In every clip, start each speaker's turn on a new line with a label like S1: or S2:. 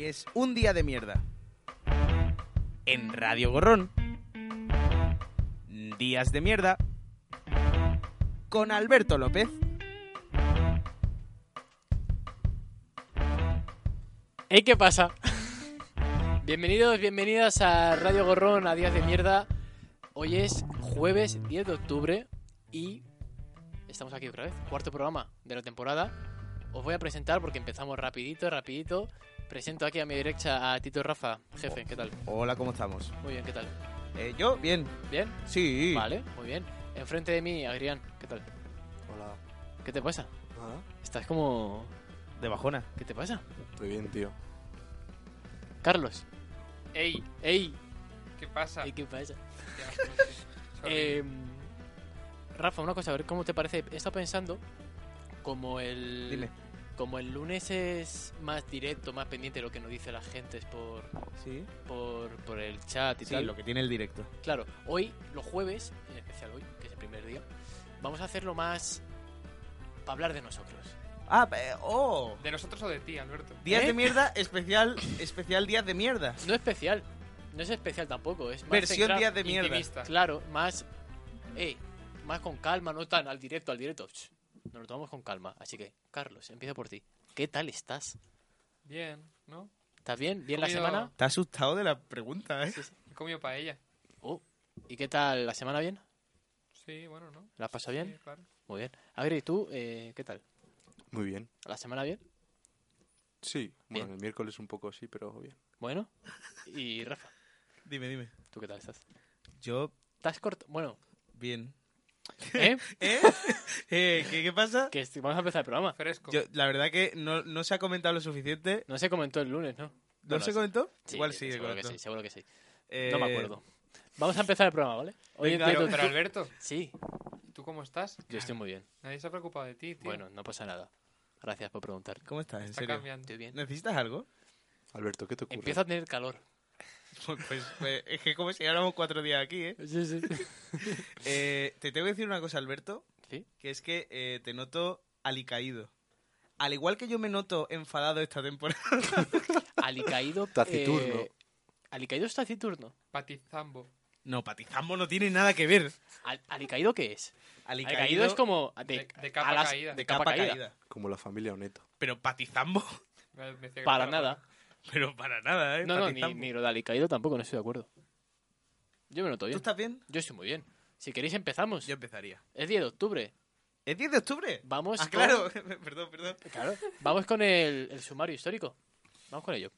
S1: es Un día de mierda. En Radio Gorrón. Días de mierda. Con Alberto López.
S2: Hey, ¿qué pasa? Bienvenidos, bienvenidas a Radio Gorrón a Días de Mierda. Hoy es jueves 10 de octubre y estamos aquí otra vez, cuarto programa de la temporada. Os voy a presentar porque empezamos rapidito, rapidito. Presento aquí a mi derecha a Tito Rafa, jefe, ¿qué tal?
S1: Hola, ¿cómo estamos?
S2: Muy bien, ¿qué tal?
S1: Eh, ¿Yo? Bien.
S2: ¿Bien?
S1: Sí.
S2: Vale, muy bien. Enfrente de mí, Adrián, ¿qué tal?
S3: Hola.
S2: ¿Qué te pasa? Estás como...
S1: De bajona.
S2: ¿Qué te pasa?
S3: Estoy bien, tío.
S2: Carlos,
S4: Ey,
S2: ey,
S4: ¿qué pasa?
S2: ey, ¿qué pasa?
S4: Qué asco, tío.
S2: Eh, Rafa, una cosa, a ver cómo te parece. He estado pensando, como el.
S1: Dime.
S2: Como el lunes es más directo, más pendiente de lo que nos dice la gente es por,
S1: Sí.
S2: por, por el chat y
S1: Sí,
S2: tal.
S1: lo que tiene el directo.
S2: Claro, hoy, los jueves, en especial hoy, que es el primer día, vamos a hacerlo más para hablar de nosotros.
S1: Ah, eh, oh.
S4: ¿De nosotros o de ti, Alberto?
S1: Días
S2: ¿Eh?
S1: de mierda, especial, especial días de mierda.
S2: No especial, no es especial tampoco, es más
S1: Versión
S2: centrado-
S1: días de mierda.
S4: Intimista.
S2: Claro, más. Eh, más con calma, no tan al directo, al directo. Ch, Nos lo tomamos con calma. Así que, Carlos, empieza por ti. ¿Qué tal estás?
S4: Bien, ¿no?
S2: ¿Estás bien? ¿Bien la
S4: Comido-
S2: semana?
S1: Está asustado de la pregunta, ¿eh?
S4: He comido paella.
S2: Oh, ¿Y qué tal la semana bien?
S4: Sí, bueno, ¿no?
S2: ¿La has pasado
S4: Sí,
S2: bien?
S4: claro.
S2: Muy bien. A ver, ¿y tú eh, qué tal?
S3: Muy bien.
S2: ¿La semana bien?
S3: Sí.
S2: Bien.
S3: Bueno, el miércoles un poco sí, pero bien.
S2: Bueno. Y Rafa,
S1: Dime, dime.
S2: ¿tú qué tal estás?
S1: Yo,
S2: ¿Estás corto? Bueno,
S1: bien.
S2: ¿eh?
S1: ¿Eh? Eh, ¿qué, qué pasa?
S2: que est- vamos a empezar el programa.
S4: Fresco.
S1: Yo, la verdad que no, no se ha comentado lo suficiente.
S2: No se comentó el lunes, ¿no?
S1: ¿No
S2: Bueno,
S1: se comentó? Igual sí,
S2: seguro que
S1: comentó.
S2: sí, seguro que sí.
S1: Eh,
S2: No me acuerdo. Vamos a empezar el programa, ¿vale? Hoy
S1: venga,
S2: es
S4: Pero,
S2: día de-
S4: pero, Alberto,
S2: Sí,
S4: ¿tú cómo estás?
S2: yo estoy muy bien.
S4: Nadie se ha preocupado de ti, tío.
S2: Bueno, no pasa nada. Gracias por preguntar.
S1: ¿Cómo estás? En
S4: está
S1: serio.
S4: cambiando.
S2: Estoy bien.
S1: ¿Necesitas algo?
S3: Alberto, ¿qué te ocurre?
S2: Empiezo a tener calor.
S1: Pues, pues, pues, es que como si lleváramos cuatro días aquí, ¿eh?
S2: Sí, sí.
S1: Eh, Te tengo que decir una cosa, Alberto,
S2: ¿Sí?
S1: que es que eh, te noto alicaído. Al igual que yo me noto enfadado esta temporada.
S2: Alicaído.
S3: Taciturno.
S2: eh, Alicaído es taciturno.
S4: Patizambo.
S1: No, patizambo no tiene nada que ver.
S2: Al- ¿Alicaído qué es?
S1: Alicaído,
S2: Alicaído es como. De,
S4: De- de capa
S2: a las-
S4: caída.
S1: de capa caída.
S3: Como la familia Oneto.
S1: Pero patizambo,
S4: Me- me decía que
S2: Para
S4: estaba-
S2: nada.
S1: pero para nada, ¿eh?
S2: No, no, ni,
S1: Patizambo.
S2: ni lo de alicaído tampoco, no estoy de acuerdo. Yo me noto
S1: ¿Tú
S2: bien.
S1: estás bien?
S2: Yo estoy muy bien. Si queréis, empezamos.
S1: Yo empezaría.
S2: Es 10 de octubre.
S1: ¿Es 10 de octubre?
S2: Vamos.
S1: Ah,
S2: con-
S1: claro. perdón, perdón.
S2: Claro. Vamos con el, el sumario histórico. Vamos con ello.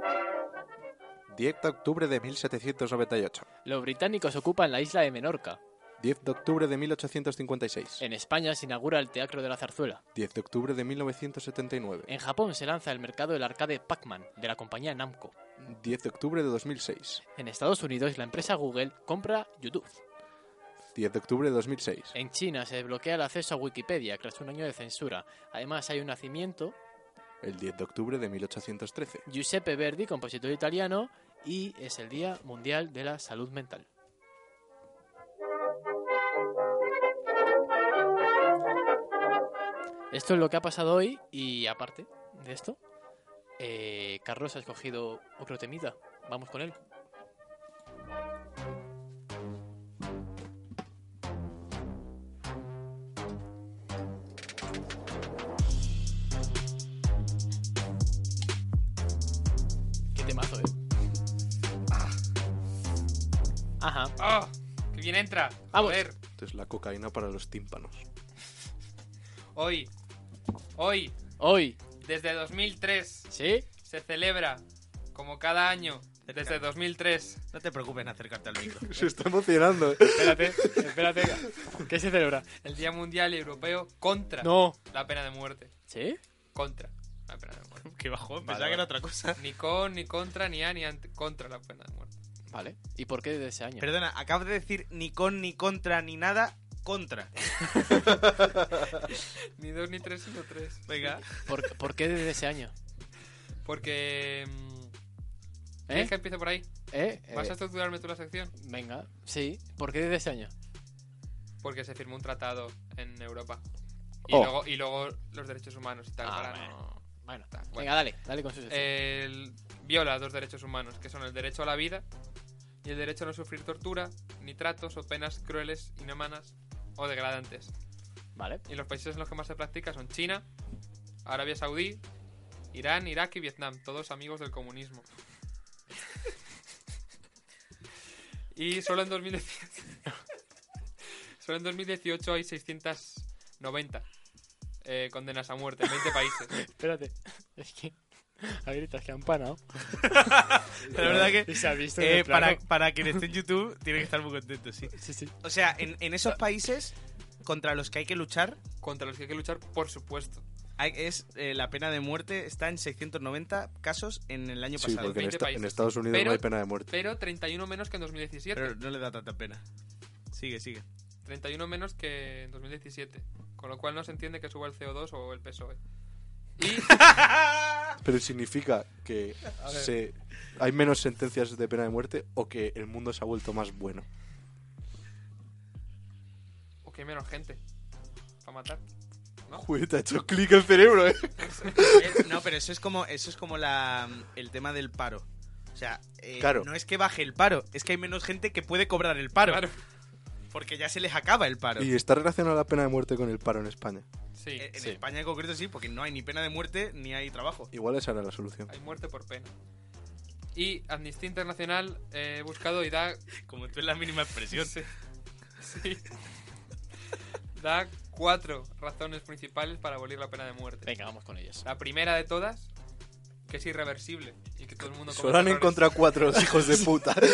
S3: Claro. 10 de octubre de 1798.
S2: Los británicos ocupan la isla de Menorca.
S3: 10 de octubre de 1856.
S2: En España se inaugura el Teatro de la Zarzuela.
S3: 10 de octubre de 1979.
S2: En Japón se lanza al mercado el arcade Pac-Man de la compañía Namco.
S3: 10 de octubre de 2006.
S2: En Estados Unidos la empresa Google compra YouTube.
S3: 10 de octubre de 2006.
S2: En China se desbloquea el acceso a Wikipedia tras un año de censura. Además hay un nacimiento,
S3: El 10 de octubre de 1813.
S2: Giuseppe Verdi, compositor italiano, y es el Día Mundial de la Salud Mental. Esto es lo que ha pasado hoy y aparte de esto, eh, Carlos ha escogido otro temita. Vamos con él. Qué temazo, eh. Ah. Ajá.
S4: ¡Ah! ¡Que bien entra! A
S2: Vamos.
S4: ver,
S3: Esto es la cocaína para los tímpanos.
S4: hoy, hoy,
S2: Hoy,
S4: desde 2003,
S2: ¿sí?
S4: se celebra, como cada año, desde 2003.
S1: No te preocupes en acercarte al micro.
S3: Se está emocionando.
S2: Espérate, espérate. ¿Qué se celebra?
S4: El Día Mundial Europeo contra
S2: No.
S4: la pena de muerte.
S2: ¿Sí?
S4: Contra la pena de muerte.
S1: Qué bajón,
S2: Vale,
S1: pensaba que era otra cosa.
S4: Ni con, ni contra, ni a, ni ante. Contra la pena de muerte.
S2: Vale. ¿Y por qué desde ese año?
S1: Perdona, acabas de decir ni con, ni contra, ni nada, contra.
S4: Ni dos, ni tres, sino tres.
S1: Venga.
S2: ¿Por, por qué desde ese año?
S4: Porque... mm,
S2: ¿Eh?
S4: ¿Quieres que empiece por ahí?
S2: ¿Eh?
S4: ¿Vas a
S2: Eh,
S4: estructurarme tú la sección?
S2: Venga, sí. ¿Por qué desde ese año?
S4: porque se firmó un tratado en Europa. Y,
S3: Oh.
S4: luego, y luego los derechos humanos y tal.
S2: Ah,
S4: para
S2: bueno.
S4: no-
S2: Bueno,
S4: tal, bueno.
S2: venga, dale, dale con sus
S4: El- viola dos derechos humanos, que son el derecho a la vida y el derecho a no sufrir tortura, ni tratos o penas crueles, inhumanas o degradantes.
S2: Vale,
S4: Y los países en los que más se practica son China, Arabia Saudí, Irán, Irak y Vietnam, todos amigos del comunismo. y solo en 2018 solo en 2018 hay 690 eh, condenas a muerte en 20 países.
S2: espérate. Es que. A gritas que han panado.
S1: Pero la verdad que
S2: Se ha visto.
S1: eh, para, para quien esté en YouTube tiene que estar muy contento, sí.
S2: Sí, sí.
S1: O sea, en, en esos países contra los que hay que luchar
S4: Contra los que hay que luchar, por supuesto.
S1: hay- es eh, la pena de muerte está en 690 casos en el año
S3: Sí,
S1: pasado.
S3: porque en,
S4: 20
S3: esta-
S4: países.
S3: en Estados Unidos
S4: Pero-
S3: no hay pena de muerte.
S4: Pero 31 menos que en 2017.
S1: Pero no le da tanta pena. Sigue, sigue.
S4: 31 menos que en 2017. Con lo cual no se entiende que suba el CO2 o E. el PSOE. Y...
S3: Pero significa que
S4: A ver.
S3: se, hay menos sentencias de pena de muerte o que el mundo se ha vuelto más bueno.
S4: O que hay menos gente. Para matar.
S3: Joder, te ha hecho clic el cerebro, ¿eh?
S1: Eh, No, pero eso es como, eso es como la, el tema del paro. O sea, eh,
S3: Claro.
S1: no es que baje el paro, es que hay menos gente que puede cobrar el paro.
S4: Claro.
S1: Porque ya se les acaba el paro.
S3: Y está relacionada la pena de muerte con el paro en España.
S4: Sí.
S1: Eh, En
S2: Sí.
S1: España en concreto sí, porque no hay ni pena de muerte ni hay trabajo.
S3: Igual esa era la solución.
S4: Hay muerte por pena. Y Amnistía Internacional eh, he buscado y da.
S1: Como tú es la mínima expresión.
S4: Sí. Sí. Da cuatro razones principales para abolir la pena de muerte.
S2: Venga, vamos con ellas.
S4: La primera de todas, que es irreversible y que todo el mundo comete
S3: Solo han
S4: errores.
S3: encontrado cuatro los hijos de puta.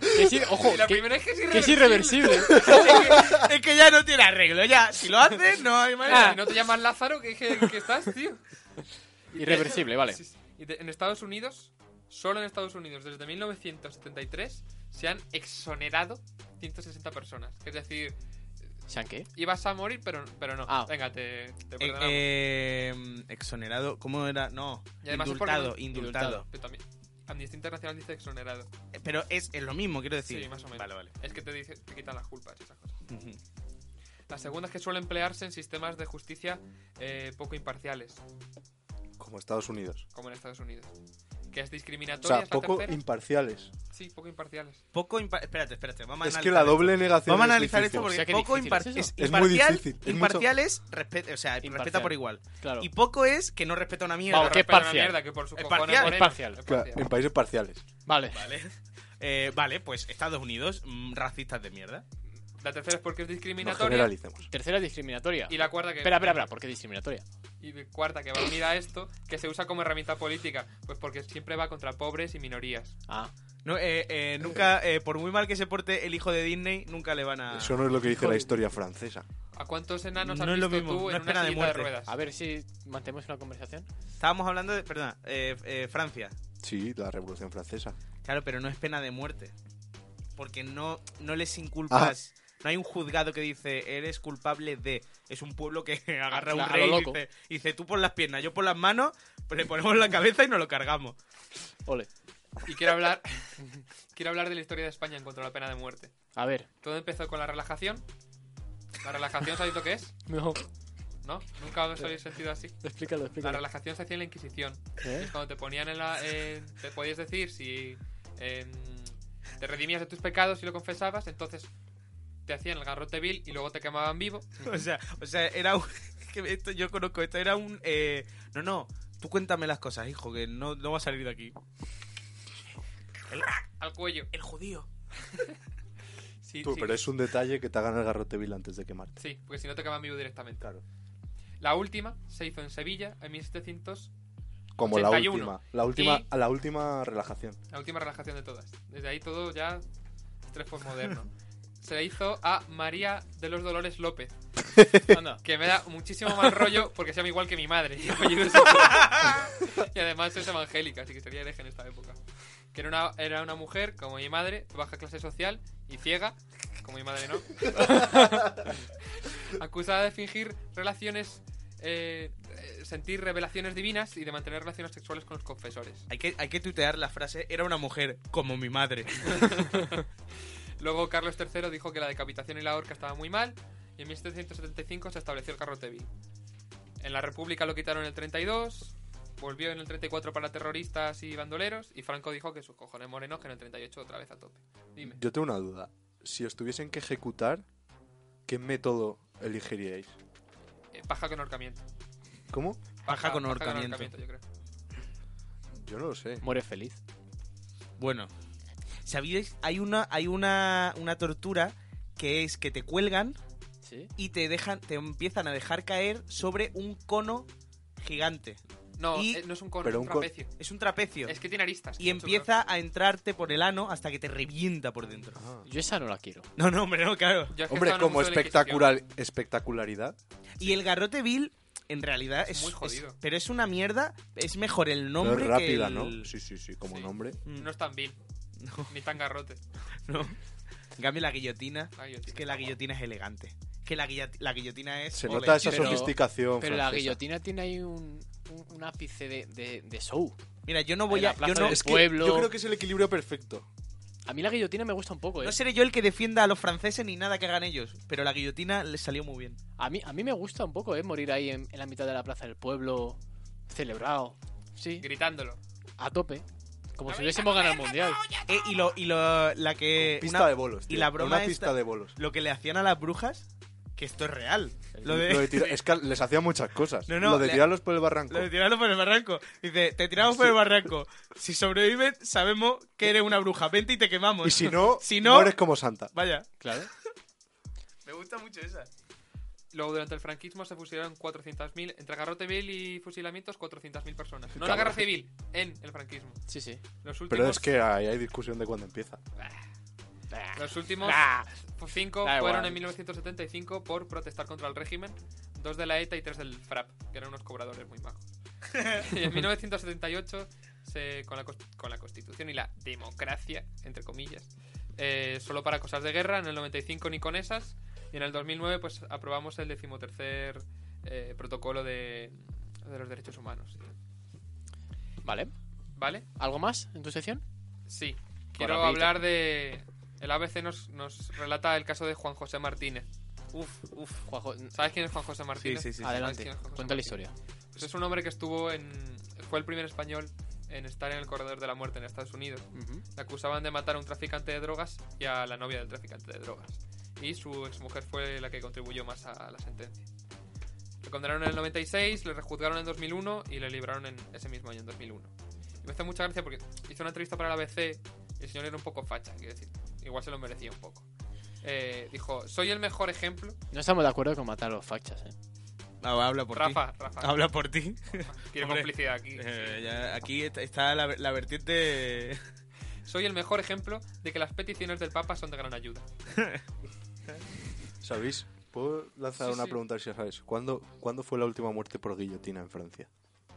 S2: Que sí, ojo,
S4: Y la
S2: que,
S4: primera es que es
S2: que
S4: irreversible.
S2: es irreversible.
S1: es que ya no tiene arreglo, ya. Si lo haces, no hay
S4: Ah,
S1: manera.
S4: si no te llamas Lázaro, que, que, que estás, tío.
S2: irreversible, vale.
S4: Sí, sí. Y de- en Estados Unidos, solo en Estados Unidos, desde 1973 se han exonerado 160 personas. Es decir,
S2: ¿Sean qué?
S4: ibas a morir, pero, pero no.
S2: Ah.
S4: Venga, te, te
S1: Eh,
S4: perdonamos.
S1: eh, exonerado, ¿cómo era? No,
S4: Y además es porque-
S1: indultado, indultado.
S4: Yo también. Amnistía Internacional dice exonerado.
S1: Eh, Pero es, es lo mismo, quiero decir.
S4: Sí, más o menos.
S1: Vale, vale.
S4: Es que te, dice, te quitan las culpas y esas cosas.
S1: Ujú.
S4: La segunda es que suele emplearse en sistemas de justicia eh, poco imparciales,
S3: Como Estados Unidos.
S4: como en Estados Unidos. Que es
S3: O
S4: discriminatoria.
S3: sea,
S4: es la
S3: poco
S4: tercera.
S3: imparciales.
S4: Sí, poco imparciales.
S1: Poco impa- Espérate, espérate. Vamos a
S3: Es que
S1: analizar
S3: la
S1: esto.
S3: doble negación.
S1: Vamos a
S3: es
S1: analizar
S3: difícil.
S1: esto porque
S2: O sea, qué
S1: poco
S2: difícil es
S1: impar-
S2: eso.
S1: es,
S3: Es muy
S1: imparcial,
S3: difícil, es mucho-
S1: imparcial es respe- o sea, respeta
S2: Imparcial.
S1: por igual.
S2: Claro.
S1: Y poco es que no respetan a mí.
S2: Vamos,
S4: Pero
S2: que es
S4: respeto a la
S2: parcial.
S4: mierda, que por sus
S1: Es
S4: cojones
S1: parcial.
S4: morenos.
S2: Es parcial.
S4: Es
S3: Claro, en países parciales.
S2: Vale.
S1: Vale. Eh, vale, pues Estados Unidos, mm, racistas de mierda.
S4: La tercera es porque es
S3: No
S4: discriminatoria.
S3: generalicemos.
S2: Tercera es discriminatoria.
S4: y la cuarta que
S2: Espera, espera, espera, ¿por qué discriminatoria?
S4: y la cuarta que va unida a esto, que se usa como herramienta política, pues porque siempre va contra pobres y minorías.
S2: Ah,
S1: No, eh, eh, nunca, eh, por muy mal que se porte el hijo de Disney, nunca le van a.
S3: Eso no es lo que dice la historia francesa.
S4: ¿A cuántos enanos has
S1: No es lo
S4: visto
S1: mismo,
S4: tú
S1: no
S4: en
S1: es pena
S4: una
S1: de
S4: silla de,
S1: muerte.
S4: ruedas?
S2: a ver si mantenemos una conversación.
S1: Estábamos hablando de. Perdona, eh, eh, Francia.
S3: Sí, la Revolución Francesa.
S1: Claro, pero no es pena de muerte. Porque no, no les inculpas.
S3: Ah.
S1: No hay un juzgado que dice, eres culpable de. Es un pueblo que agarra a un
S2: A lo
S1: rey y
S2: loco.
S1: dice, y dice, tú por las piernas, yo por las manos, pues le ponemos la cabeza y nos lo cargamos.
S2: Ole.
S4: Y quiero hablar quiero hablar de la historia de España en cuanto a la pena de muerte.
S2: A ver.
S4: Todo empezó con la relajación. ¿La relajación sabéis lo que es?
S2: No,
S4: ¿No? Nunca os habéis sentido así.
S2: explícalo,
S4: La
S2: explícalo.
S4: relajación se hacía en la Inquisición.
S2: ¿Eh?
S4: Es cuando te ponían en la. eh, te podías decir si. eh, te redimías de tus pecados y lo confesabas, entonces te hacían el garrote vil y luego te quemaban vivo.
S1: O sea, o sea era un. que esto, yo conozco esto, era un. eh, no, no, tú cuéntame las cosas, hijo, que no, no va a salir de aquí.
S4: al cuello.
S1: El judío.
S4: Sí,
S3: Tú,
S4: sí,
S3: pero es un detalle que te hagan el garrote vil antes de quemarte.
S4: sí, porque si no te queman vivo directamente.
S3: Claro.
S4: La última se hizo en Sevilla en 1700,
S3: Como
S4: 81.
S3: la última. La última,
S4: Y-
S3: a la última relajación.
S4: la última relajación de todas. Desde ahí todo ya estrés postmoderno. Se la hizo a María de los Dolores López,
S2: Anda.
S4: que me da muchísimo más rollo porque se llama igual que mi madre. Y, apellido es igual. Y además es evangélica, así que sería hereje en esta época. Que era una, era una mujer como mi madre, de baja clase social y ciega, como mi madre no. acusada de fingir relaciones, eh, eh, sentir revelaciones divinas y de mantener relaciones sexuales con los confesores.
S1: Hay que, hay que tuitear la frase, era una mujer como mi madre.
S4: Luego Carlos III dijo que la decapitación y la horca estaban muy mal y en 1775 se estableció el carrotébil. En la República lo quitaron en el 32, volvió en el 34 para terroristas y bandoleros y Franco dijo que sus cojones morenos que en el 38 otra vez a tope. Dime.
S3: Yo tengo una duda. Si os tuviesen que ejecutar, ¿qué método elegiríais?
S4: Eh, paja con ahorcamiento.
S3: ¿Cómo?
S1: Paja con ahorcamiento.
S4: yo creo.
S3: Yo no lo sé.
S2: Muere feliz.
S1: Bueno, ¿sabíais? Hay una, hay una, una tortura que es que te cuelgan
S2: ¿Sí?
S1: y te dejan, te empiezan a dejar caer sobre un cono gigante.
S4: No,
S1: Y-
S4: eh, no es un cono,
S3: pero
S4: es un
S3: un co-
S4: trapecio.
S1: Es un trapecio.
S4: Es que tiene aristas.
S1: y empieza a entrarte por el ano hasta que te revienta por dentro.
S3: Ah.
S2: Yo esa no la quiero.
S1: No, no, hombre, no, claro.
S4: Yo es que
S3: Hombre,
S4: estaba en un
S3: como
S4: museo de la
S3: espectacular, espectacularidad.
S1: Y el garrote vil, en realidad,
S4: Es
S1: es,
S4: muy jodido.
S1: es- pero es una mierda. Es mejor el
S3: No
S1: nombre
S3: es rápida,
S1: que el...
S3: ¿no? Sí, sí, sí, como
S4: Sí.
S3: nombre.
S1: Mm,
S4: Inquisición. No es tan vil. Ni tan garrote.
S1: no. En cambio, la guillotina.
S4: Ay, yo
S1: Es
S4: tío,
S1: que la
S4: está guapo.
S1: guillotina es elegante. Es que la, guillo- la guillotina es.
S3: Se
S1: ole.
S3: nota esa
S2: pero-
S3: sofisticación.
S2: Pero la
S3: francesa.
S2: guillotina tiene ahí un, un, un ápice de, de, de show.
S1: Mira, yo no voy a.
S2: la plaza
S1: Yo no,
S2: del
S3: Es que
S2: pueblo.
S3: Yo creo que es el equilibrio perfecto.
S2: A mí la guillotina me gusta un poco, ¿eh?
S1: no seré yo el que defienda a los franceses ni nada que hagan ellos. Pero la guillotina les salió muy bien.
S2: a, mí, a mí me gusta un poco, ¿eh? Morir ahí en, en la mitad de la plaza del pueblo, celebrado. Sí,
S4: Gritándolo.
S2: a tope. Como si hubiésemos ganado el mundial.
S1: Eh, y lo, y lo, la que.
S3: pista
S1: Eh, una-
S3: de bolos. tío.
S1: la broma
S3: Una
S1: esta-
S3: pista de bolos.
S1: Lo que le hacían a las brujas, que esto es real. Lo de,
S3: Lo de tira- Es que les hacía muchas cosas.
S1: No, no,
S3: lo de
S1: le-
S3: tirarlos por el barranco.
S1: lo de tirarlo por el barranco. Dice, te tiramos por el barranco. Si sobrevives, sabemos que eres una bruja. Vente y te quemamos.
S3: Y si no,
S1: Si no-
S3: mueres como santa.
S1: Vaya.
S2: Claro.
S1: Me gusta mucho esa.
S4: Luego, durante el franquismo se fusilaron 400.000, entre garrote vil y fusilamientos, 400.000 personas. No la
S3: Cabrón.
S4: guerra civil, en el franquismo.
S2: Sí, sí.
S4: Los últimos,
S3: Pero es que ahí hay discusión de cuándo empieza.
S4: los últimos
S2: Ah,
S4: cinco
S2: Da
S4: fueron
S2: igual.
S4: en 1975 por protestar contra el régimen, dos de la ETA y tres del FRAP, que eran unos cobradores muy majos. y en 1978, se- con, la, cos- con la constitución y la democracia, entre comillas, eh, solo para cosas de guerra, en el 95 ni con esas, y en el 2009 pues aprobamos el decimotercer eh, protocolo de, de los derechos humanos.
S2: Vale.
S4: ¿Vale?
S2: ¿Algo más en tu sección?
S4: Sí. Quiero
S2: rapidito.
S4: hablar de... El ABC nos, nos relata el caso de Juan José Martínez.
S1: Uf, uf.
S2: Juanjo,
S4: ¿Sabes quién es Juan José
S1: Sí,
S4: Martínez?
S1: sí, sí.
S2: adelante.
S4: ¿Sabes quién es Juan José
S2: Cuenta la
S4: Martínez?
S2: historia.
S4: Pues es un hombre que estuvo en. Fue el primer español en estar en el corredor de la muerte en Estados Unidos.
S2: Ujú.
S4: Le acusaban de matar a un traficante de drogas y a la novia del traficante de drogas. Y su exmujer fue la que contribuyó más a la sentencia. Le condenaron en el 96, le rejuzgaron en 2001 y le libraron en ese mismo año, en 2001. Y me hace mucha gracia porque hizo una entrevista para la ABC y el señor era un poco facha, quiero decir. Igual se lo merecía un poco. Eh, dijo, soy el mejor ejemplo.
S2: No estamos de acuerdo con matar a los fachas, ¿eh?
S1: Ah, habla por ti.
S4: Rafa, Rafa,
S1: Habla por ti.
S4: quiere
S1: hombre.
S4: complicidad aquí.
S1: Eh, ya, aquí está- está la, la vertiente.
S4: Soy el mejor ejemplo de que las peticiones del Papa son de gran ayuda.
S3: ¿Sabéis? Puedo lanzar
S4: Sí,
S3: una
S4: sí.
S3: pregunta si ya sabéis. ¿Cuándo, ¿Cuándo fue la última muerte por guillotina en Francia?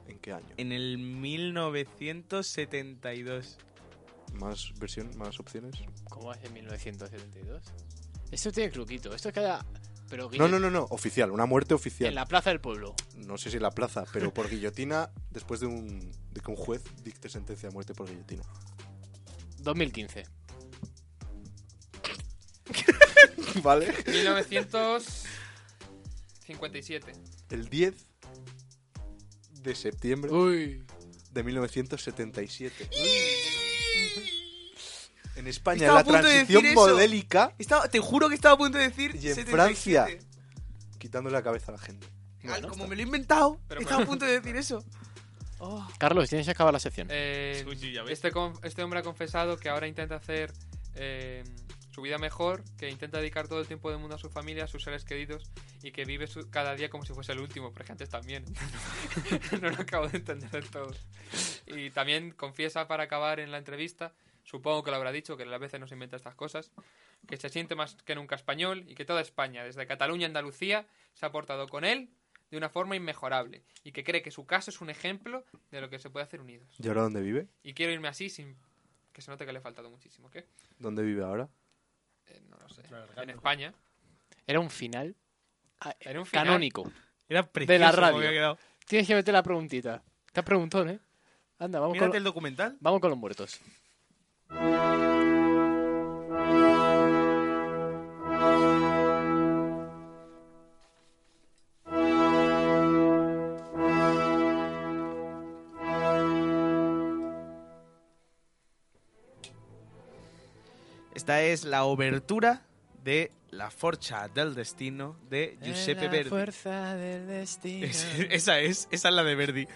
S3: ¿En qué año?
S1: En el 1972.
S3: ¿Más versión? ¿Más opciones?
S2: ¿Cómo es en 1972? Esto tiene cluquito. Esto es cada. Pero
S3: No, no, no, no. Oficial. Una muerte oficial.
S2: En la plaza del pueblo.
S3: No sé si en la plaza, pero por guillotina después de, un, de que un juez dicte sentencia de muerte por guillotina.
S2: 2015.
S3: ¿Vale?
S4: 1957.
S3: El 10 de septiembre
S2: Uy.
S3: de 1977. En España
S1: Estaba a
S3: la
S1: punto de decir
S3: transición
S1: eso.
S3: modélica
S1: Estaba- te juro que estaba a punto de decir.
S3: Y en
S1: 77.
S3: Francia. quitándole la cabeza a la gente.
S1: Al-
S2: Bueno,
S1: como
S2: está.
S1: me lo he inventado,
S4: Pero
S1: estaba
S4: bueno.
S1: a punto de decir eso. Oh.
S2: Carlos, tienes que acabar la sección.
S4: Eh, este, con- este hombre ha confesado que ahora intenta hacer eh, su vida mejor, que intenta dedicar todo el tiempo del mundo a su familia, a sus seres queridos y que vive su- cada día como si fuese el último, porque antes también. no lo acabo de entender del todo. Y también confiesa para acabar en la entrevista, supongo que lo habrá dicho, que a veces nos inventa estas cosas, que se siente más que nunca español y que toda España, desde Cataluña a Andalucía, se ha portado con él de una forma inmejorable y que cree que su caso es un ejemplo de lo que se puede hacer unidos.
S3: ¿Y ahora dónde vive?
S4: Y quiero irme así sin que se note que le he faltado muchísimo, ¿qué?
S3: ¿Dónde vive ahora?
S4: Eh, no lo sé. En España.
S2: Era un final, ah,
S4: Era un final.
S2: canónico.
S1: Era
S2: De la
S1: precioso como
S2: radio.
S1: había quedado.
S2: Tienes que meter la preguntita. Te has preguntado, ¿eh? Anda, vamos con,
S1: Mírate el documental.
S2: vamos con los muertos.
S1: Esta es la obertura de La Forcha del Destino de Giuseppe
S2: la
S1: Verdi.
S2: fuerza del destino.
S1: Es- esa es, esa es la de Verdi.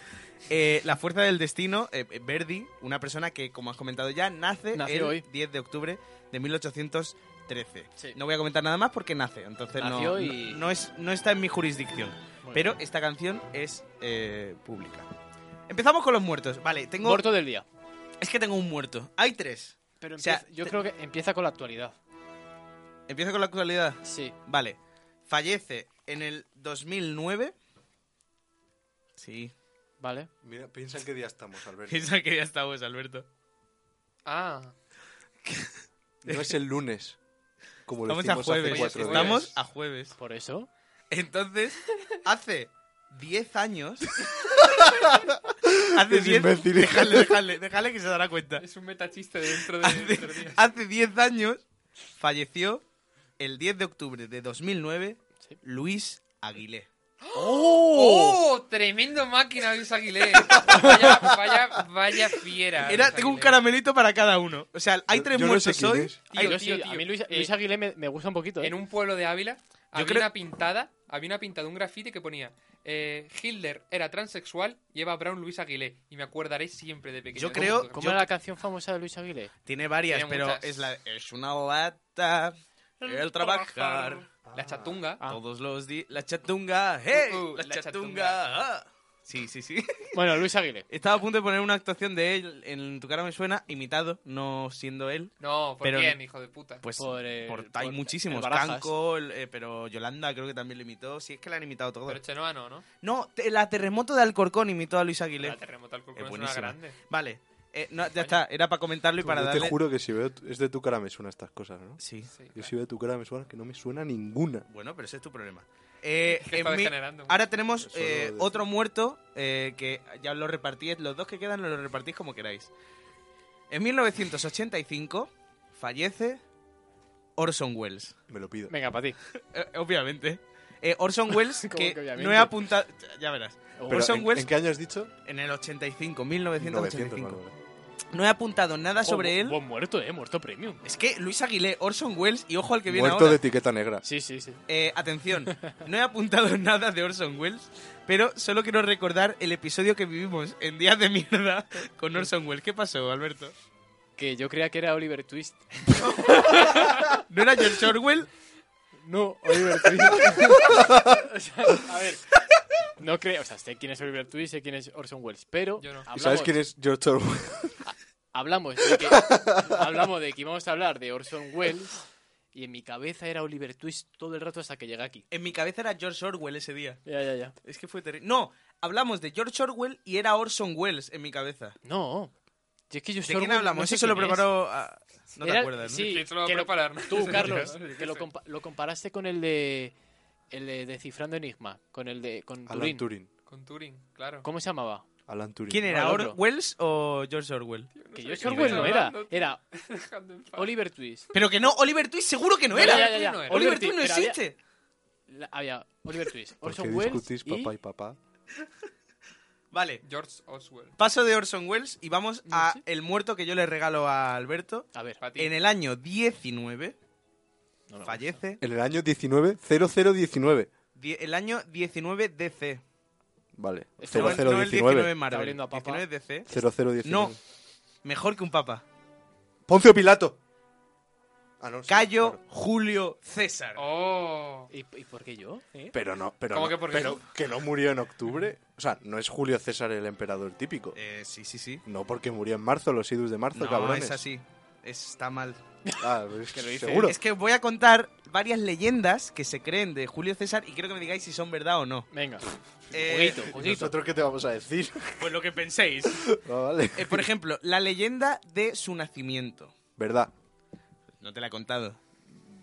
S1: Eh, la fuerza del destino, eh, eh, Verdi, una persona que, como has comentado ya, nace
S2: Nació
S1: el
S2: hoy.
S1: 10 de octubre de 1813.
S2: Sí.
S1: No voy a comentar nada más porque nace, entonces no-
S2: Nació
S1: no,
S2: y-
S1: no es, no está en mi jurisdicción.
S2: Bueno.
S1: Pero esta canción es eh, pública. Empezamos con los muertos. Vale, tengo.
S2: Muerto del día.
S1: Es que tengo un muerto. Hay tres.
S2: Pero
S1: O sea,
S2: empieza- yo
S1: te-
S2: creo que empieza con la actualidad.
S1: Empiezo con la actualidad.
S2: Sí.
S1: Vale. Fallece en el 2009. Sí.
S2: Vale.
S3: Mira, piensa en qué día estamos, Alberto.
S1: Piensa que ya estamos, Alberto.
S4: Ah,
S3: No es el lunes. Como lo
S1: Estamos a
S3: hicimos hace
S1: jueves.
S3: cuatro días.
S1: Estamos a jueves.
S2: Por eso.
S1: Entonces, hace 10 años.
S3: Es imbécil.
S1: Déjale, déjale, déjale que se dará cuenta.
S4: es un metachiste dentro
S1: Ah,
S4: de dentro de
S1: Hace
S4: días.
S1: hace 10 años falleció el 10 de octubre de 2009
S2: Sí.
S1: Luis Aguilé.
S4: ¡Oh! Tremendo máquina Luis Aguilé. Vaya, vaya, vaya fiera.
S1: Era,
S4: Luis
S1: tengo un
S4: Aguilé.
S1: caramelito para cada uno. O sea, hay
S3: Yo-
S1: tres
S3: yo no sé
S1: muertos
S3: quién
S1: hoy.
S3: es.
S1: Hay-
S4: Tío,
S2: yo sí,
S4: tío,
S2: a mí
S4: tío.
S2: Luis,
S4: Eh,
S2: Luis Aguilé me, me gusta un poquito. ¿eh?
S4: En un pueblo de Ávila había
S1: creo-
S4: una pintada, había una pintada, un grafite que ponía eh, Hitler era transexual y Eva Brown Luis Aguilé. Y me acordaré siempre de pequeño.
S1: Yo creo-
S2: ¿Cómo
S1: yo-
S2: era la canción famosa de Luis Aguilé?
S1: Tiene varias,
S4: Tiene
S1: pero
S4: muchas.
S1: es la es una lata. El trabajar
S4: La chatunga.
S2: Ah.
S1: todos los días. La chatunga, hey,
S4: Uh, uh,
S1: la,
S4: la
S1: chatunga.
S4: chatunga.
S1: ah. Sí, sí, sí.
S2: Bueno, Luis Aguilé.
S1: Estaba a punto de poner una actuación de él en Tu cara me suena, imitado, no siendo él.
S4: No, ¿por
S1: Pero-
S4: quién, hijo de puta?
S1: Pues
S2: Por, eh,
S1: por- hay
S2: por-
S1: muchísimos.
S2: el Barajas.
S1: Canco, el- eh, pero Yolanda creo que también lo imitó. Sí, es que la han imitado todos.
S4: Pero Chenoa no, ¿no?
S1: No, te- la terremoto de Alcorcón imitó a Luis Aguilé.
S4: La terremoto al
S1: Es
S4: Corcón es una
S1: buenísima.
S4: grande.
S1: Vale, eh, no, ya está, era para comentarlo y para
S3: Yo
S1: darle...
S3: te juro que si veo... Es de tu cara me suena estas cosas, ¿no?
S1: Sí,
S4: Sí,
S3: Yo
S4: claro.
S3: si veo tu cara me suena que no me suena ninguna.
S1: bueno, pero ese es tu problema. Eh,
S4: Es que
S1: en
S4: está
S1: mi-
S4: degenerando.
S1: Ahora tenemos
S3: Eso lo
S1: eh,
S3: decimos.
S1: otro muerto eh, que ya lo repartís, los dos que quedan los repartís como queráis. En 1985 fallece Orson Welles.
S3: Me lo pido.
S2: Venga, para ti.
S1: Eh, obviamente. Eh, Orson Welles,
S2: ¿Cómo
S1: que,
S2: que obviamente?
S1: no he apuntado. Ya verás.
S3: Pero,
S1: Orson
S3: ¿en,
S1: Welles-
S3: ¿En qué año has dicho?
S1: En el 85,
S3: 900,
S1: 1985.
S3: vale, vale.
S1: No he apuntado nada sobre
S2: Oh,
S1: él.
S2: Buen muerto, ¿eh? Muerto premium.
S1: Es que Luis Aguilé, Orson Welles y ojo al que viene
S3: Muerto
S1: ahora.
S3: de etiqueta negra.
S2: Sí, sí, sí.
S1: Eh, atención, no he apuntado nada de Orson Welles, pero solo quiero recordar el episodio que vivimos en Días de Mierda con Orson Welles. ¿Qué pasó, Alberto?
S2: Que yo creía que era Oliver Twist.
S1: ¿No era George Orwell?
S2: No, Oliver Twist. O sea, a ver. No creo, o sea, sé quién es Oliver Twist, sé quién es Orson Welles, pero
S4: Yo no. ¿Y
S3: ¿Y
S2: hablamos,
S3: sabes quién es George Orwell?
S2: hablamos de que hablamos de que íbamos a hablar de Orson Welles y en mi cabeza era Oliver Twist todo el rato hasta que llegué aquí.
S1: En mi cabeza era George Orwell ese día.
S2: Ya, ya, ya.
S1: Es que fue terrible. No, hablamos de George Orwell y era Orson Welles en mi cabeza.
S2: No. Si es que yo
S1: ¿De quién hablamos? Eso se lo preparó. a- No te acuerdas, ¿no?
S2: Sí,
S4: ¿Quién se lo va a
S2: que lo-
S4: preparar? No
S2: Tú,
S4: sé,
S2: Carlos,
S4: yo qué
S2: que lo,
S4: sé.
S2: compa- lo comparaste con el de el de Descifrando Enigma, con el de con
S3: Alan
S2: Turín.
S3: Turing.
S4: Con Turing, claro.
S2: ¿Cómo se llamaba?
S3: Alan Turing.
S1: ¿Quién era?
S2: No,
S1: Or
S2: el otro.
S1: ¿Wells o George Orwell?
S2: Que
S4: sé
S2: yo
S4: de
S2: Orson
S4: qué
S2: Welles no
S4: estáis
S2: era,
S4: hablando, tío.
S2: era
S4: Dejadme en paz.
S2: Oliver Twist.
S1: Pero que no, Oliver Twist seguro que no
S2: Ya,
S1: era.
S2: ya, ya, ya.
S4: Oliver
S1: Oliver
S2: Twist,
S1: Twist no
S2: pero había-
S1: existe.
S2: la- Había Oliver Twist,
S3: ¿Por qué
S2: Orson Welles
S3: discutís
S2: y
S3: papá y papá?
S1: Vale,
S4: George Oswell.
S1: paso de Orson Welles y vamos
S2: No
S1: a
S2: sé.
S1: el muerto que yo le regalo a Alberto.
S2: a ver,
S4: Pa' ti.
S1: En el año 19
S2: no me gusta.
S1: fallece
S3: En el año 19, 0019.
S1: die- el año 19 DC.
S3: Vale.
S2: Este
S1: No, el- no el 19
S3: 0019.
S1: Marvel,
S2: oliendo a papa.
S1: 19 DC.
S3: 0019.
S1: No, mejor que un papa.
S3: Poncio Pilato. Ah, no. sí,
S1: Cayo
S3: claro.
S1: Julio César.
S4: Oh.
S2: ¿Y, y por qué yo? ¿Eh?
S3: Pero no, pero
S4: ¿Cómo
S3: no,
S4: que por qué
S3: pero
S4: tú?
S3: que no murió en octubre. O sea, no es Julio César el emperador típico.
S1: Eh, sí, sí, sí.
S3: No porque murió en marzo, los idus de marzo,
S1: No,
S3: cabrones.
S1: es así. Es- Está mal.
S3: Ah, pues,
S2: Que lo dice
S3: seguro.
S1: Es que voy a contar varias leyendas que se creen de Julio César y quiero que me digáis si son verdad o no.
S2: Venga,
S1: Eh,
S2: juguito,
S3: ¿Y
S2: juguito.
S3: ¿Nosotros qué te vamos a decir?
S1: pues lo que penséis.
S3: Ah, vale.
S1: Eh, por ejemplo, la leyenda de su nacimiento.
S3: ¿Verdad?
S1: No te la he contado.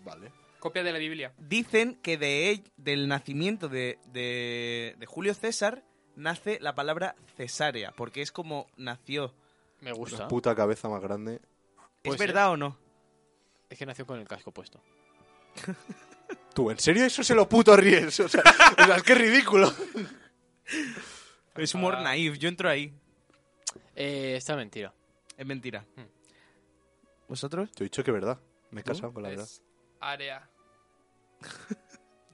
S3: Vale.
S4: Copia de la Biblia.
S1: Dicen que de él- del nacimiento de, de- de Julio César nace la palabra cesárea, porque es como nació.
S2: Me gusta.
S3: Puta cabeza más grande.
S1: ¿Es
S2: Puede ser.
S1: verdad o no?
S2: Es que nació con el casco puesto.
S3: Tú, ¿en serio eso se lo puto ríes? O sea, o sea, es que es ridículo.
S1: Es humor
S4: Ah.
S1: naif, yo entro ahí.
S2: Eh, esta mentira.
S1: Es mentira.
S2: Hmm.
S1: ¿Vosotros?
S3: Te he dicho que verdad. Me he casado con la verdad.
S4: Es área.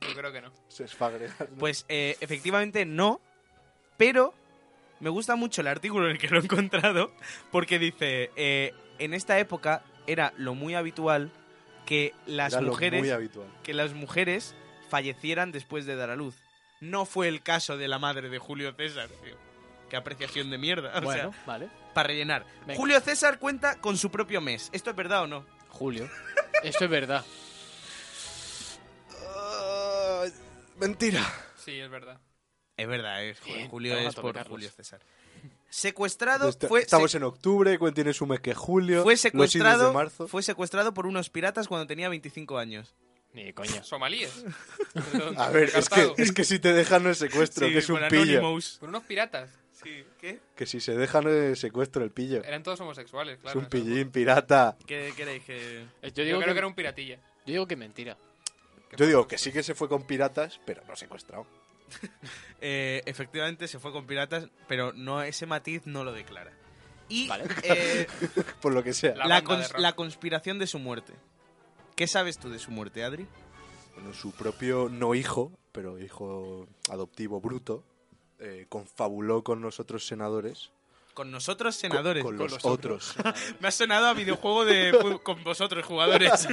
S4: Yo creo que no.
S3: Se esfagre.
S1: Pues eh, efectivamente no, pero me gusta mucho el artículo en el que lo he encontrado porque dice, eh, en esta época era lo muy habitual que las
S3: Era lo
S1: mujeres
S3: Muy habitual.
S1: que las mujeres fallecieran después de dar a luz. No fue el caso de la madre de Julio César. tío. Qué apreciación de mierda. O
S2: bueno,
S1: sea,
S2: vale.
S1: para rellenar.
S2: Venga.
S1: Julio César cuenta con su propio mes. ¿Esto es verdad o no?
S2: Julio. Esto es verdad.
S3: Ah, mentira.
S4: Sí, es verdad.
S1: Es verdad, es,
S2: Bien,
S1: Julio
S2: estamos a
S1: es
S2: tope,
S1: por
S2: Carlos.
S1: Julio César. Secuestrado
S3: Está-
S1: fue,
S3: Estamos en octubre, Gwen tiene su mes que es julio.
S1: fue
S3: Los indios
S1: secuestrado
S3: de marzo.
S1: fue secuestrado por unos piratas cuando tenía 25 años.
S2: Ni de coña.
S4: Somalíes.
S3: A ver, es que,
S4: Cartago.
S3: es que si te dejan no es secuestro, que es un pillo.
S4: Por unos piratas.
S1: Sí, ¿qué?
S3: Que si se dejan no es secuestro el pillo.
S4: Eran todos homosexuales,
S3: Es
S4: claro.
S3: un pillín, pirata.
S1: ¿Qué queréis que...?
S2: Eh, Yo
S4: Yo,
S2: digo,
S4: creo
S2: que,
S4: que era un piratilla.
S2: yo digo que mentira.
S3: Yo digo que sí que se fue con piratas, pero no secuestrado.
S1: Eh, efectivamente se fue con piratas, pero no ese matiz no lo declara. Y
S2: Vale.
S1: eh,
S3: Por lo que sea.
S4: La
S1: la,
S4: banda de
S1: cons-
S4: rock.
S1: la conspiración de su muerte. ¿Qué sabes tú de su muerte, Adri?
S3: Bueno, su propio no hijo, pero hijo adoptivo bruto, eh, confabuló con nosotros senadores.
S1: Con nosotros, senadores.
S3: Con, con los otros.
S1: Me ha sonado a videojuego de fu- con vosotros, jugadores.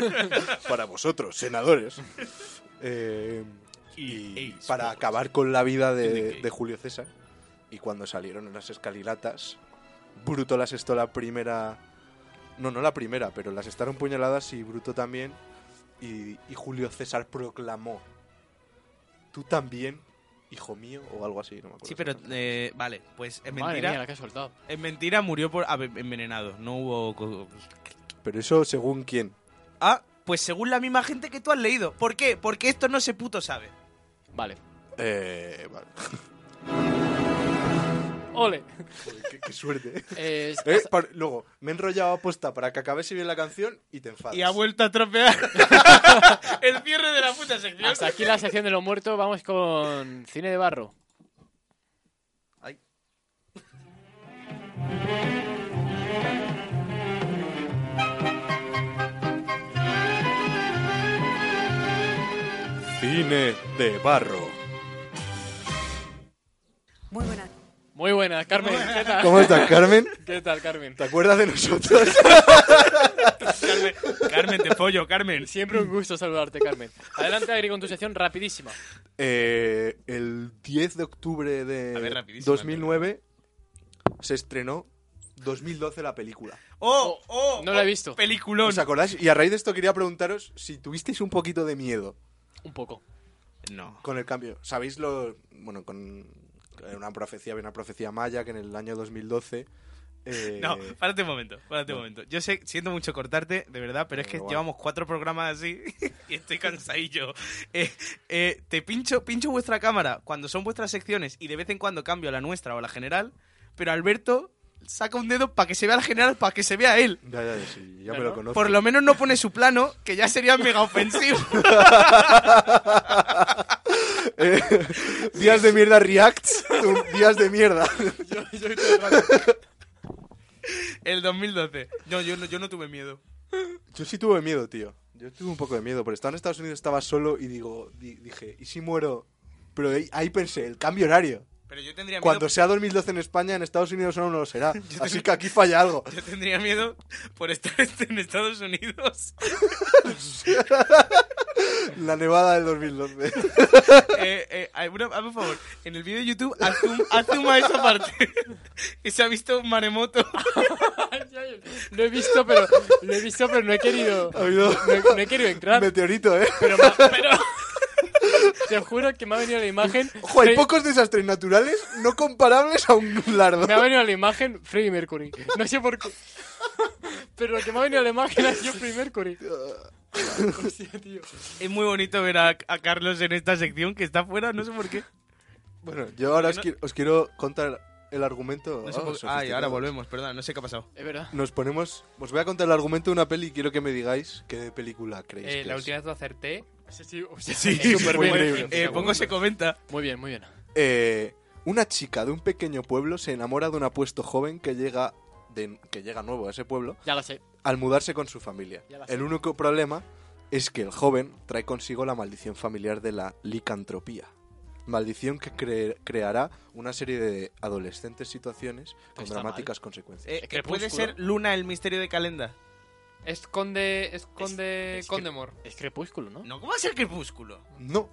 S3: para vosotros, senadores. Eh,
S1: Y-
S3: y
S1: e
S3: para
S1: esports.
S3: acabar con la vida de,
S1: NK.
S3: de Julio César. Y cuando salieron en las escalinatas, Bruto las estó la primera. No, no la primera, pero las estaron puñaladas y Bruto también. Y, y Julio César proclamó: Tú también, hijo mío, o algo así, no me acuerdo.
S1: Sí, pero
S3: exactamente.
S1: eh, vale, pues es
S2: Madre mía,
S1: mentira.
S2: la que has soltado.
S1: Es mentira, murió por ave- envenenado. No hubo. co-
S3: Pero eso según quién.
S1: Ah, pues según la misma gente que tú has leído. ¿Por qué? Porque esto no se puto sabe.
S2: Vale.
S3: Eh, vale.
S2: ¡Ole!
S3: Joder, qué, qué suerte.
S2: Eh,
S3: Eh, par- luego, me he enrollado aposta para que acabese bien la canción y te enfadas.
S1: Y ha vuelto a tropear el cierre de la puta sección.
S2: hasta aquí la sección de los muertos. Vamos con cine de barro.
S1: Ay.
S3: Cine de barro.
S5: Muy buenas.
S2: Muy buena, Carmen. ¿Qué tal?
S3: ¿Cómo estás, Carmen?
S2: ¿Qué tal, Carmen?
S3: ¿Te acuerdas de nosotros?
S1: Carmen, Carmen, te pollo, Carmen.
S2: Siempre un gusto saludarte, Carmen. Adelante, Agri, con tu sección rapidísima.
S3: Eh, el 10 de octubre de
S1: A ver, rapidísimo,
S3: 2009 se estrenó 2012 la película.
S1: Oh, oh,
S2: No la he
S1: oh,
S2: visto.
S1: Peliculón.
S3: ¿Os acordáis? Y a raíz de esto quería preguntaros si tuvisteis un poquito de miedo
S2: Un poco.
S1: No.
S3: con el cambio. ¿Sabéis lo...? Bueno, con una profecía, había una profecía maya que en el año 2012... eh,
S1: No, párate un momento, párate un momento. Yo sé, siento mucho cortarte, de verdad, pero es que
S3: Pero bueno.
S1: llevamos cuatro programas así y estoy cansadillo. Eh, eh, te pincho, pincho vuestra cámara cuando son vuestras secciones y de vez en cuando cambio a la nuestra o a la general, pero Alberto saca un dedo para que se vea la general, para que se vea él.
S3: Ya, ya, sí, ya me
S2: Claro.
S3: lo conozco.
S1: Por lo menos no pone su plano, que ya sería mega ofensivo.
S3: Eh, días de mierda reacts, tú, días de mierda.
S1: El 2012. No, yo no, yo no tuve miedo.
S3: Yo sí tuve miedo, tío. Yo tuve un poco de miedo, pero estaba en Estados Unidos, estaba solo y digo, di- dije, ¿y si muero? Pero ahí, ahí pensé, el cambio horario.
S1: Pero yo tendría miedo.
S3: Cuando sea 2012 en España, en Estados Unidos aún no lo será. Así que aquí falla algo.
S1: Yo tendría miedo por estar en Estados Unidos.
S3: La nevada del 2012.
S1: Eh, eh, hay una- hazme un favor, en el vídeo de YouTube, haz zoom, haz zoom a esa parte. que se ha visto un maremoto.
S2: Lo he visto, pero lo he visto, pero no he querido.
S3: Ha habido
S2: No, no he querido entrar.
S3: meteorito, ¿eh?
S2: Pero, ma- pero- te juro que me ha venido la imagen.
S3: Ojo, hay
S2: Fre-
S3: pocos desastres naturales no comparables a un lardo.
S2: Me ha venido la imagen Freddie Mercury. No sé por qué. Pero lo que me ha venido la imagen ha sido Freddie Mercury. Hostia, tío.
S1: Es muy bonito ver a, a Carlos en esta sección que está fuera, no sé por qué.
S3: Bueno, yo ahora os,
S1: No-
S3: qui- os quiero contar el argumento.
S1: No sé
S3: Ah,
S1: por- Ay,
S3: sofisticado.
S1: ahora volvemos, perdón, no sé qué ha pasado.
S2: Es verdad.
S3: Nos ponemos. Os voy a contar el argumento de una peli y quiero que me digáis qué película creéis.
S4: Eh,
S3: que
S4: la
S3: es.
S4: última vez lo acerté.
S2: Sí, sí, hostia,
S1: Sí,
S2: súper
S3: fue
S2: bien.
S3: horrible.
S1: Eh, pongo se comenta.
S2: Muy bien, muy bien.
S3: Eh, una chica de un pequeño pueblo se enamora de un apuesto joven que llega, de- que llega nuevo a ese pueblo,
S2: Ya la sé.
S3: al mudarse con su familia.
S2: Ya la sé.
S3: El único problema es que el joven trae consigo la maldición familiar de la licantropía. Maldición que cre- creará una serie de adolescentes situaciones con
S2: está
S3: dramáticas consecuencias.
S1: Eh,
S2: Es
S1: que puede
S2: Crepúsculo.
S1: ser Luna el misterio de Calenda.
S4: Es conde. Es conde.
S2: es que-
S4: Condemor.
S2: Es crepúsculo, ¿no?
S1: No, ¿cómo va a ser Crepúsculo?
S3: No,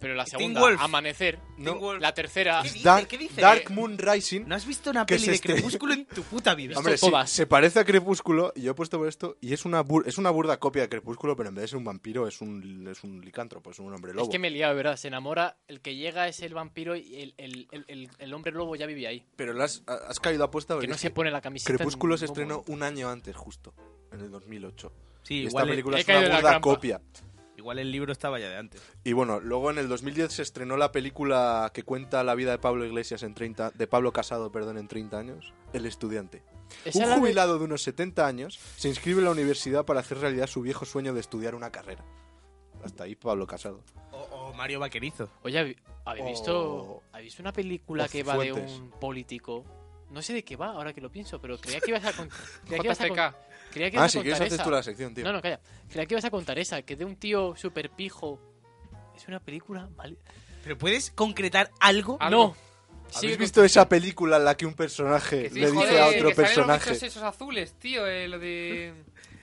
S2: Pero la
S1: Teen
S2: segunda,
S1: Wolf.
S2: amanecer.
S1: Teen
S3: no.
S1: Wolf.
S2: La tercera.
S1: ¿Qué
S3: Es
S1: dice?
S3: Dark,
S1: ¿Qué dice?
S3: Dark Moon Rising.
S1: ¿No has visto una
S3: ¿Qué
S1: peli
S3: es
S1: de
S3: este?
S1: Crepúsculo en tu puta vida?
S3: Hombre,
S2: visto
S3: sí,
S2: todas.
S3: se parece a Crepúsculo y yo he puesto por esto y es una, bur- es una burda copia de Crepúsculo, pero en vez de ser un vampiro es un, es un licántropo, es un hombre lobo.
S2: Es que me he liado, de ¿verdad? Se enamora, el que llega es el vampiro y el, el- el- el- el hombre lobo ya vivía ahí.
S3: Pero lo has, has caído apuesta
S2: Que
S3: porque
S2: no
S3: es
S2: se
S3: que
S2: pone la camiseta. en
S3: Crepúsculo se
S2: ningún
S3: estrenó
S2: momento.
S3: un año antes justo, en el 2008.
S1: Sí,
S3: Y esta
S1: igual,
S3: película
S2: he
S3: es
S2: caído
S3: una
S2: en la
S3: burda
S2: trampa.
S3: copia.
S1: el, igual el libro estaba ya de antes.
S3: Y bueno, luego en el 2010 se estrenó la película que cuenta la vida de Pablo Iglesias en 30, de Pablo Casado, perdón, en 30 años, El estudiante.
S2: Esa
S3: Un
S2: la de-
S3: jubilado de unos 70 años se inscribe en la universidad para hacer realidad su viejo sueño de estudiar una carrera. Hasta ahí Pablo Casado.
S1: O, o Mario Vaquerizo.
S2: Oye, ¿habéis- ¿habéis
S3: O- Oh.
S2: visto, ¿habéis visto una película
S3: o
S2: que va de
S3: Cifuentes.
S2: un político? No sé de qué va, ahora que lo pienso, pero creía que ibas a, con- creía que ibas a, con-
S4: JFK.
S2: creía que
S3: Ah,
S2: ibas a
S3: si quieres
S2: contar
S3: haces
S2: esa.
S3: tú la sección, tío.
S2: No, no, calla. Creía que ibas a contar esa, que de un tío súper pijo. Es una película mal...
S1: ¿Pero puedes concretar algo?
S3: Ah,
S4: Algo.
S2: No. Sigue
S3: ¿Habéis
S2: con-
S3: visto esa película en la que un personaje
S4: Que sí,
S3: le
S4: joder,
S3: dice a
S4: que
S3: otro
S4: salen
S3: personaje?
S4: Los bichos esos azules, tío. eh, lo de.
S1: Eh,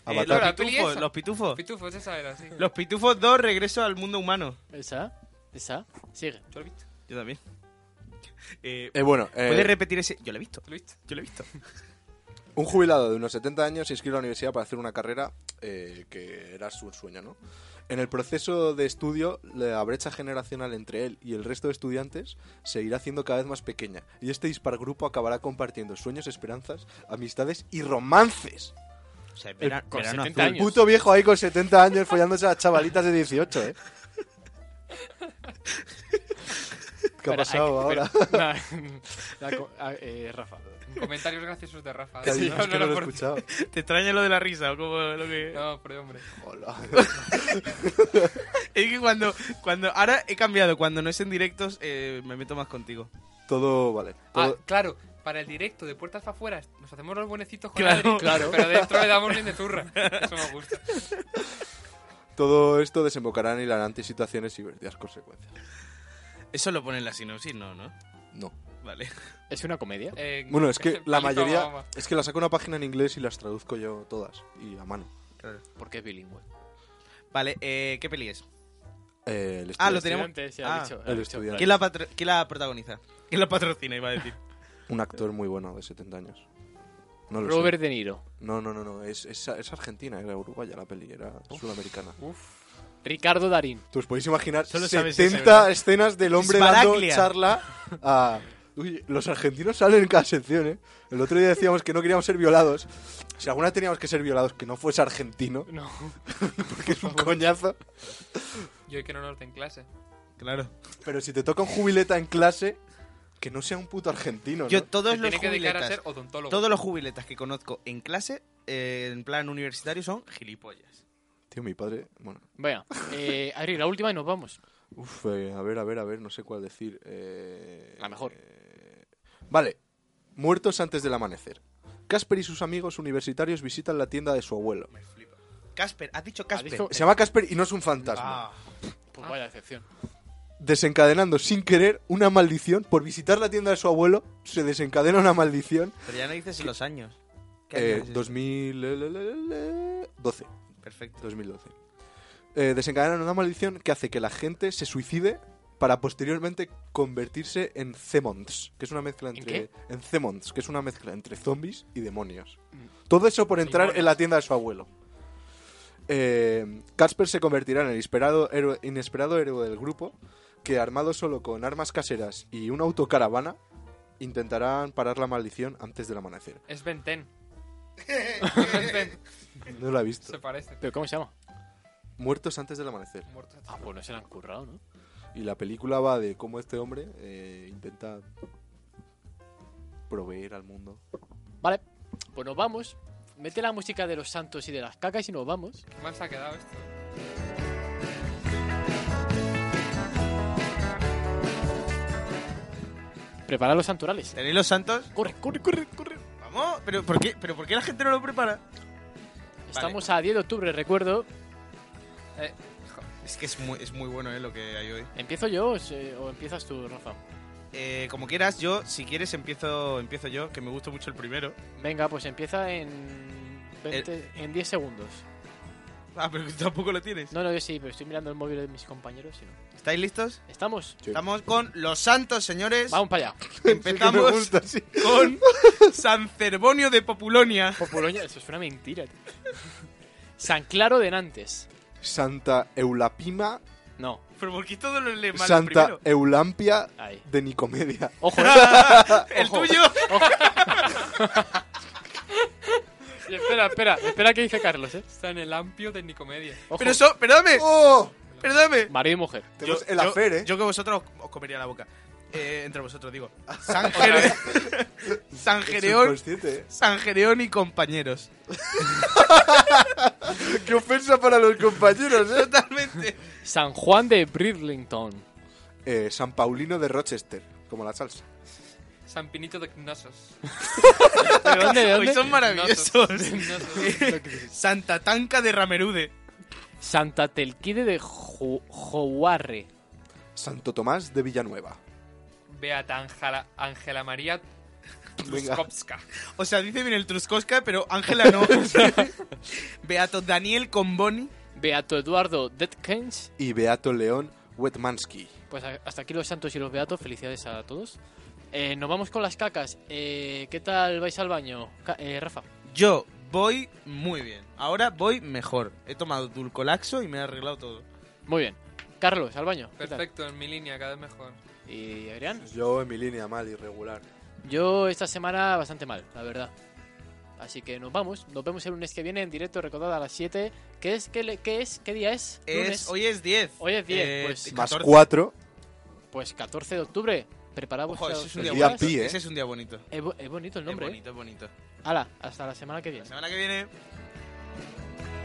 S3: Avatar.
S4: Laura,
S1: los,
S4: tú y
S1: pitufos,
S4: eso.
S1: los
S3: Oh.
S1: pitufos.
S4: Pitufos, esa era, sí.
S1: Los pitufos 2, regreso al mundo humano.
S2: Esa, esa, sigue.
S4: ¿Tú lo viste?
S1: Yo también. Eh,
S3: Eh, bueno, eh,
S1: ¿Puedes repetir ese? Yo lo he visto.
S4: ¿Tú lo viste?
S1: Yo lo he visto.
S3: Un jubilado de unos 70 años se inscribe a la universidad para hacer una carrera eh, que era su sueño, ¿no? En el proceso de estudio, la brecha generacional entre él y el resto de estudiantes se irá haciendo cada vez más pequeña, y este dispar grupo acabará compartiendo sueños, esperanzas, amistades y romances.
S1: O sea, vera-
S2: con
S1: verano
S2: 70
S1: azul.
S2: años.
S3: Puto viejo ahí con 70 años follándose a chavalitas de 18, ¿eh? ¿Qué ha
S2: Espera,
S3: pasado
S2: hay que-
S3: ahora?
S2: espera. Nah, la co- ah, eh, Rafa.
S4: Comentarios graciosos de Rafa.
S3: Que dices que no lo he
S4: por-
S3: escuchado.
S1: ¿Te extraña lo de la risa o como lo que.?
S4: No, pero hombre.
S3: Hola.
S1: Es que cuando, cuando. Ahora he cambiado. Cuando no es en directos, eh, me meto más contigo.
S3: Todo, vale.
S4: Ah,
S3: Todo,
S4: claro, para el directo de puertas para afuera nos hacemos los buenecitos con
S1: Claro.
S4: Adri,
S2: Claro.
S4: pero dentro le damos bien de zurra. Eso me gusta.
S3: todo esto desembocará en hilarantes situaciones y vertidas consecuencias.
S1: Eso lo pone en la sinopsis, no, ¿no?
S3: No.
S1: Vale.
S2: ¿Es una comedia?
S4: Eh,
S3: Bueno, es que la
S4: palito a
S3: mayoría.
S4: mamá.
S3: Es que la saco una página en inglés y las traduzco yo todas. Y a mano.
S2: Porque es bilingüe.
S1: Vale, eh, ¿qué peli es?
S3: Eh, el
S1: Ah, lo
S3: estudiante-
S1: tenemos-
S2: Estudiante, sí, ha
S1: Ah,
S2: dicho, ha
S3: el
S2: dicho.
S3: estudiante.
S1: ¿Quién la, patro- quién la protagoniza? ¿Quién la patrocina? Iba a decir.
S3: Un actor muy bueno de 70 años. No lo sé.
S2: Robert De Niro.
S3: No, no, no, no. Es, es, es argentina, era uruguaya la peli, era sudamericana.
S2: Ricardo Darín.
S3: Tú os podéis imaginar
S1: Solo sabes
S3: 70 escenas del hombre dando
S1: Sbaraglia.
S3: charla a. Uy, los argentinos salen en cada sección, ¿eh? El otro día decíamos que no queríamos ser violados. Si alguna teníamos que ser violados, que no fuese argentino,
S2: No.
S3: porque es un coñazo.
S4: Yo hoy que no nos den clase.
S1: Claro.
S3: Pero si te toca un jubileta en clase, que no sea un puto argentino. ¿no?
S1: Yo, todos
S4: Se
S1: los,
S4: tiene que dedicar a
S1: jubiletas,
S4: ser odontólogo.
S1: todos los jubiletas que conozco en clase, eh, en plan universitario, son gilipollas.
S3: Tío, mi padre. Bueno.
S2: Venga, eh, Adri, la última y nos vamos.
S3: Uf, eh, a ver, a ver, a ver, no sé cuál decir. Eh,
S2: La mejor.
S3: eh, Vale. Muertos antes del amanecer. Casper y sus amigos universitarios visitan la tienda de su abuelo.
S1: Me flipa. Casper, has dicho Casper.
S2: dicho-
S3: Se llama Casper y no es un fantasma.
S1: Ah.
S2: Pues vaya decepción.
S3: Desencadenando sin querer una maldición. Por visitar la tienda de su abuelo, se desencadena una maldición.
S1: Pero ya no dices los años. ¿Qué año
S3: Eh,
S1: es eso?
S3: 2012.
S1: Perfecto.
S3: 2012. Eh, desencadenan una maldición que hace que la gente se suicide para posteriormente convertirse en Zemons, que es una mezcla entre en Zemons, que es una mezcla entre zombies y demonios. Todo eso por entrar en la tienda de su abuelo. Eh, Casper se convertirá en el esperado héroe, inesperado héroe del grupo, que armado solo con armas caseras y una autocaravana, intentarán parar la maldición antes del amanecer.
S4: Es Benten. es Benten.
S3: No lo he
S4: Se
S3: visto.
S4: parece.
S2: ¿Pero cómo se llama?
S3: Muertos antes del amanecer.
S4: Muerto.
S2: Ah, pues no se la han currado, ¿no?
S3: Y la película va de cómo este hombre eh, intenta proveer al mundo.
S2: Vale, pues nos vamos. Mete la música de los santos y de las cacas y nos vamos.
S4: Qué mal se ha quedado esto.
S2: Prepara los santurales.
S1: ¿Tenéis los santos?
S2: Corre, corre, corre, corre.
S1: Vamos, pero ¿por qué, pero ¿por qué la gente no lo prepara?
S2: Estamos a 10 de octubre, recuerdo.
S4: Eh,
S1: Es que es muy, es muy bueno eh, lo que hay hoy.
S2: ¿Empiezo yo o, se- o empiezas tú, Rafa?
S1: Eh, como quieras, yo, si quieres, empiezo, empiezo yo, que me gusta mucho el primero.
S2: Venga, pues empieza en, 20 en 10 segundos.
S1: Ah, pero tampoco lo tienes.
S2: No, no, yo sí, pero estoy mirando el móvil de mis compañeros. y no.
S1: ¿Estáis listos?
S2: ¿Estamos?
S3: Sí.
S1: Estamos con Los Santos, señores.
S2: Vamos para allá.
S3: Sí que
S1: Empezamos
S3: me gusta, sí.
S1: con San Cervonio de Populonia.
S2: Populoña, eso es una mentira. tío. San Claro de Nantes.
S3: Santa Eulapima,
S2: No,
S1: Pero ¿por qué todo lo lees mal
S3: Santa
S1: primero?
S3: Eulampia
S2: ahí.
S3: de Nicomedia.
S2: Ojo, eh.
S1: El
S2: Ojo.
S1: tuyo.
S2: Y espera, espera, espera que dice Carlos, eh.
S4: está en el amplio de Nicomedia.
S2: Ojo.
S1: Pero eso, perdóname,
S3: ¡Oh!
S1: perdóname.
S2: Marido y mujer.
S3: Tenemos el afer, ¿eh?
S1: Yo que vosotros os, os comería la boca. Eh, entre vosotros, digo. San, Gere- San
S3: El
S1: Gereón.
S3: subconsciente, ¿eh?
S1: San Gereón y compañeros.
S3: ¡Qué ofensa para los compañeros, eh!
S1: Totalmente.
S2: San Juan de Bridlington.
S3: Eh, San Paulino de Rochester, como la salsa.
S4: San Pinito de Gnosos.
S2: ¿De dónde? ¿De
S1: Hoy
S2: dónde?
S1: son maravillosos.
S4: Gnosos.
S1: Santa Tanca de Ramerude.
S2: Santa Telquide de Ju- Jouarre.
S3: Santo Tomás de Villanueva.
S4: Beata Angela, Angela María
S3: Venga.
S4: Truskowska.
S1: O sea, dice bien el Truskowska, pero Ángela no. Beato Daniel Comboni.
S2: Beato Eduardo Detkens.
S3: Y Beato León Wetmansky.
S2: Pues a- hasta aquí los santos y los beatos. Felicidades a todos. Eh, nos vamos con las cacas. Eh, ¿Qué tal vais al baño, Ca- eh, Rafa?
S1: Yo voy muy bien. Ahora voy mejor. He tomado Dulcolaxo y me he arreglado todo.
S2: Muy bien. Carlos, al baño. ¿Qué tal?
S4: Perfecto, en mi línea, cada vez mejor.
S2: ¿Y Adrián?
S3: Yo en mi línea mal, irregular.
S2: Yo esta semana bastante mal, la verdad. Así que nos vamos. Nos vemos el lunes que viene en directo, recordad a las 7. ¿Qué es? ¿Qué, le- qué es? ¿Qué día es?
S1: Es,
S2: Lunes.
S1: hoy es Eh, 10.
S2: Hoy es 10, pues,
S3: Más
S1: 14.
S3: cuatro.
S2: Pues 14 de octubre. Preparad
S1: Ojo, ese
S2: vuestras
S1: es un día,
S3: Día
S1: bonito.
S2: cosas.
S3: pi, ¿eh?
S1: Ese es un día bonito.
S2: Es, bo- es bonito el nombre,
S1: es
S2: ¿eh?
S1: bonito, es bonito.
S2: Hala, hasta la semana que viene.
S1: La semana que viene.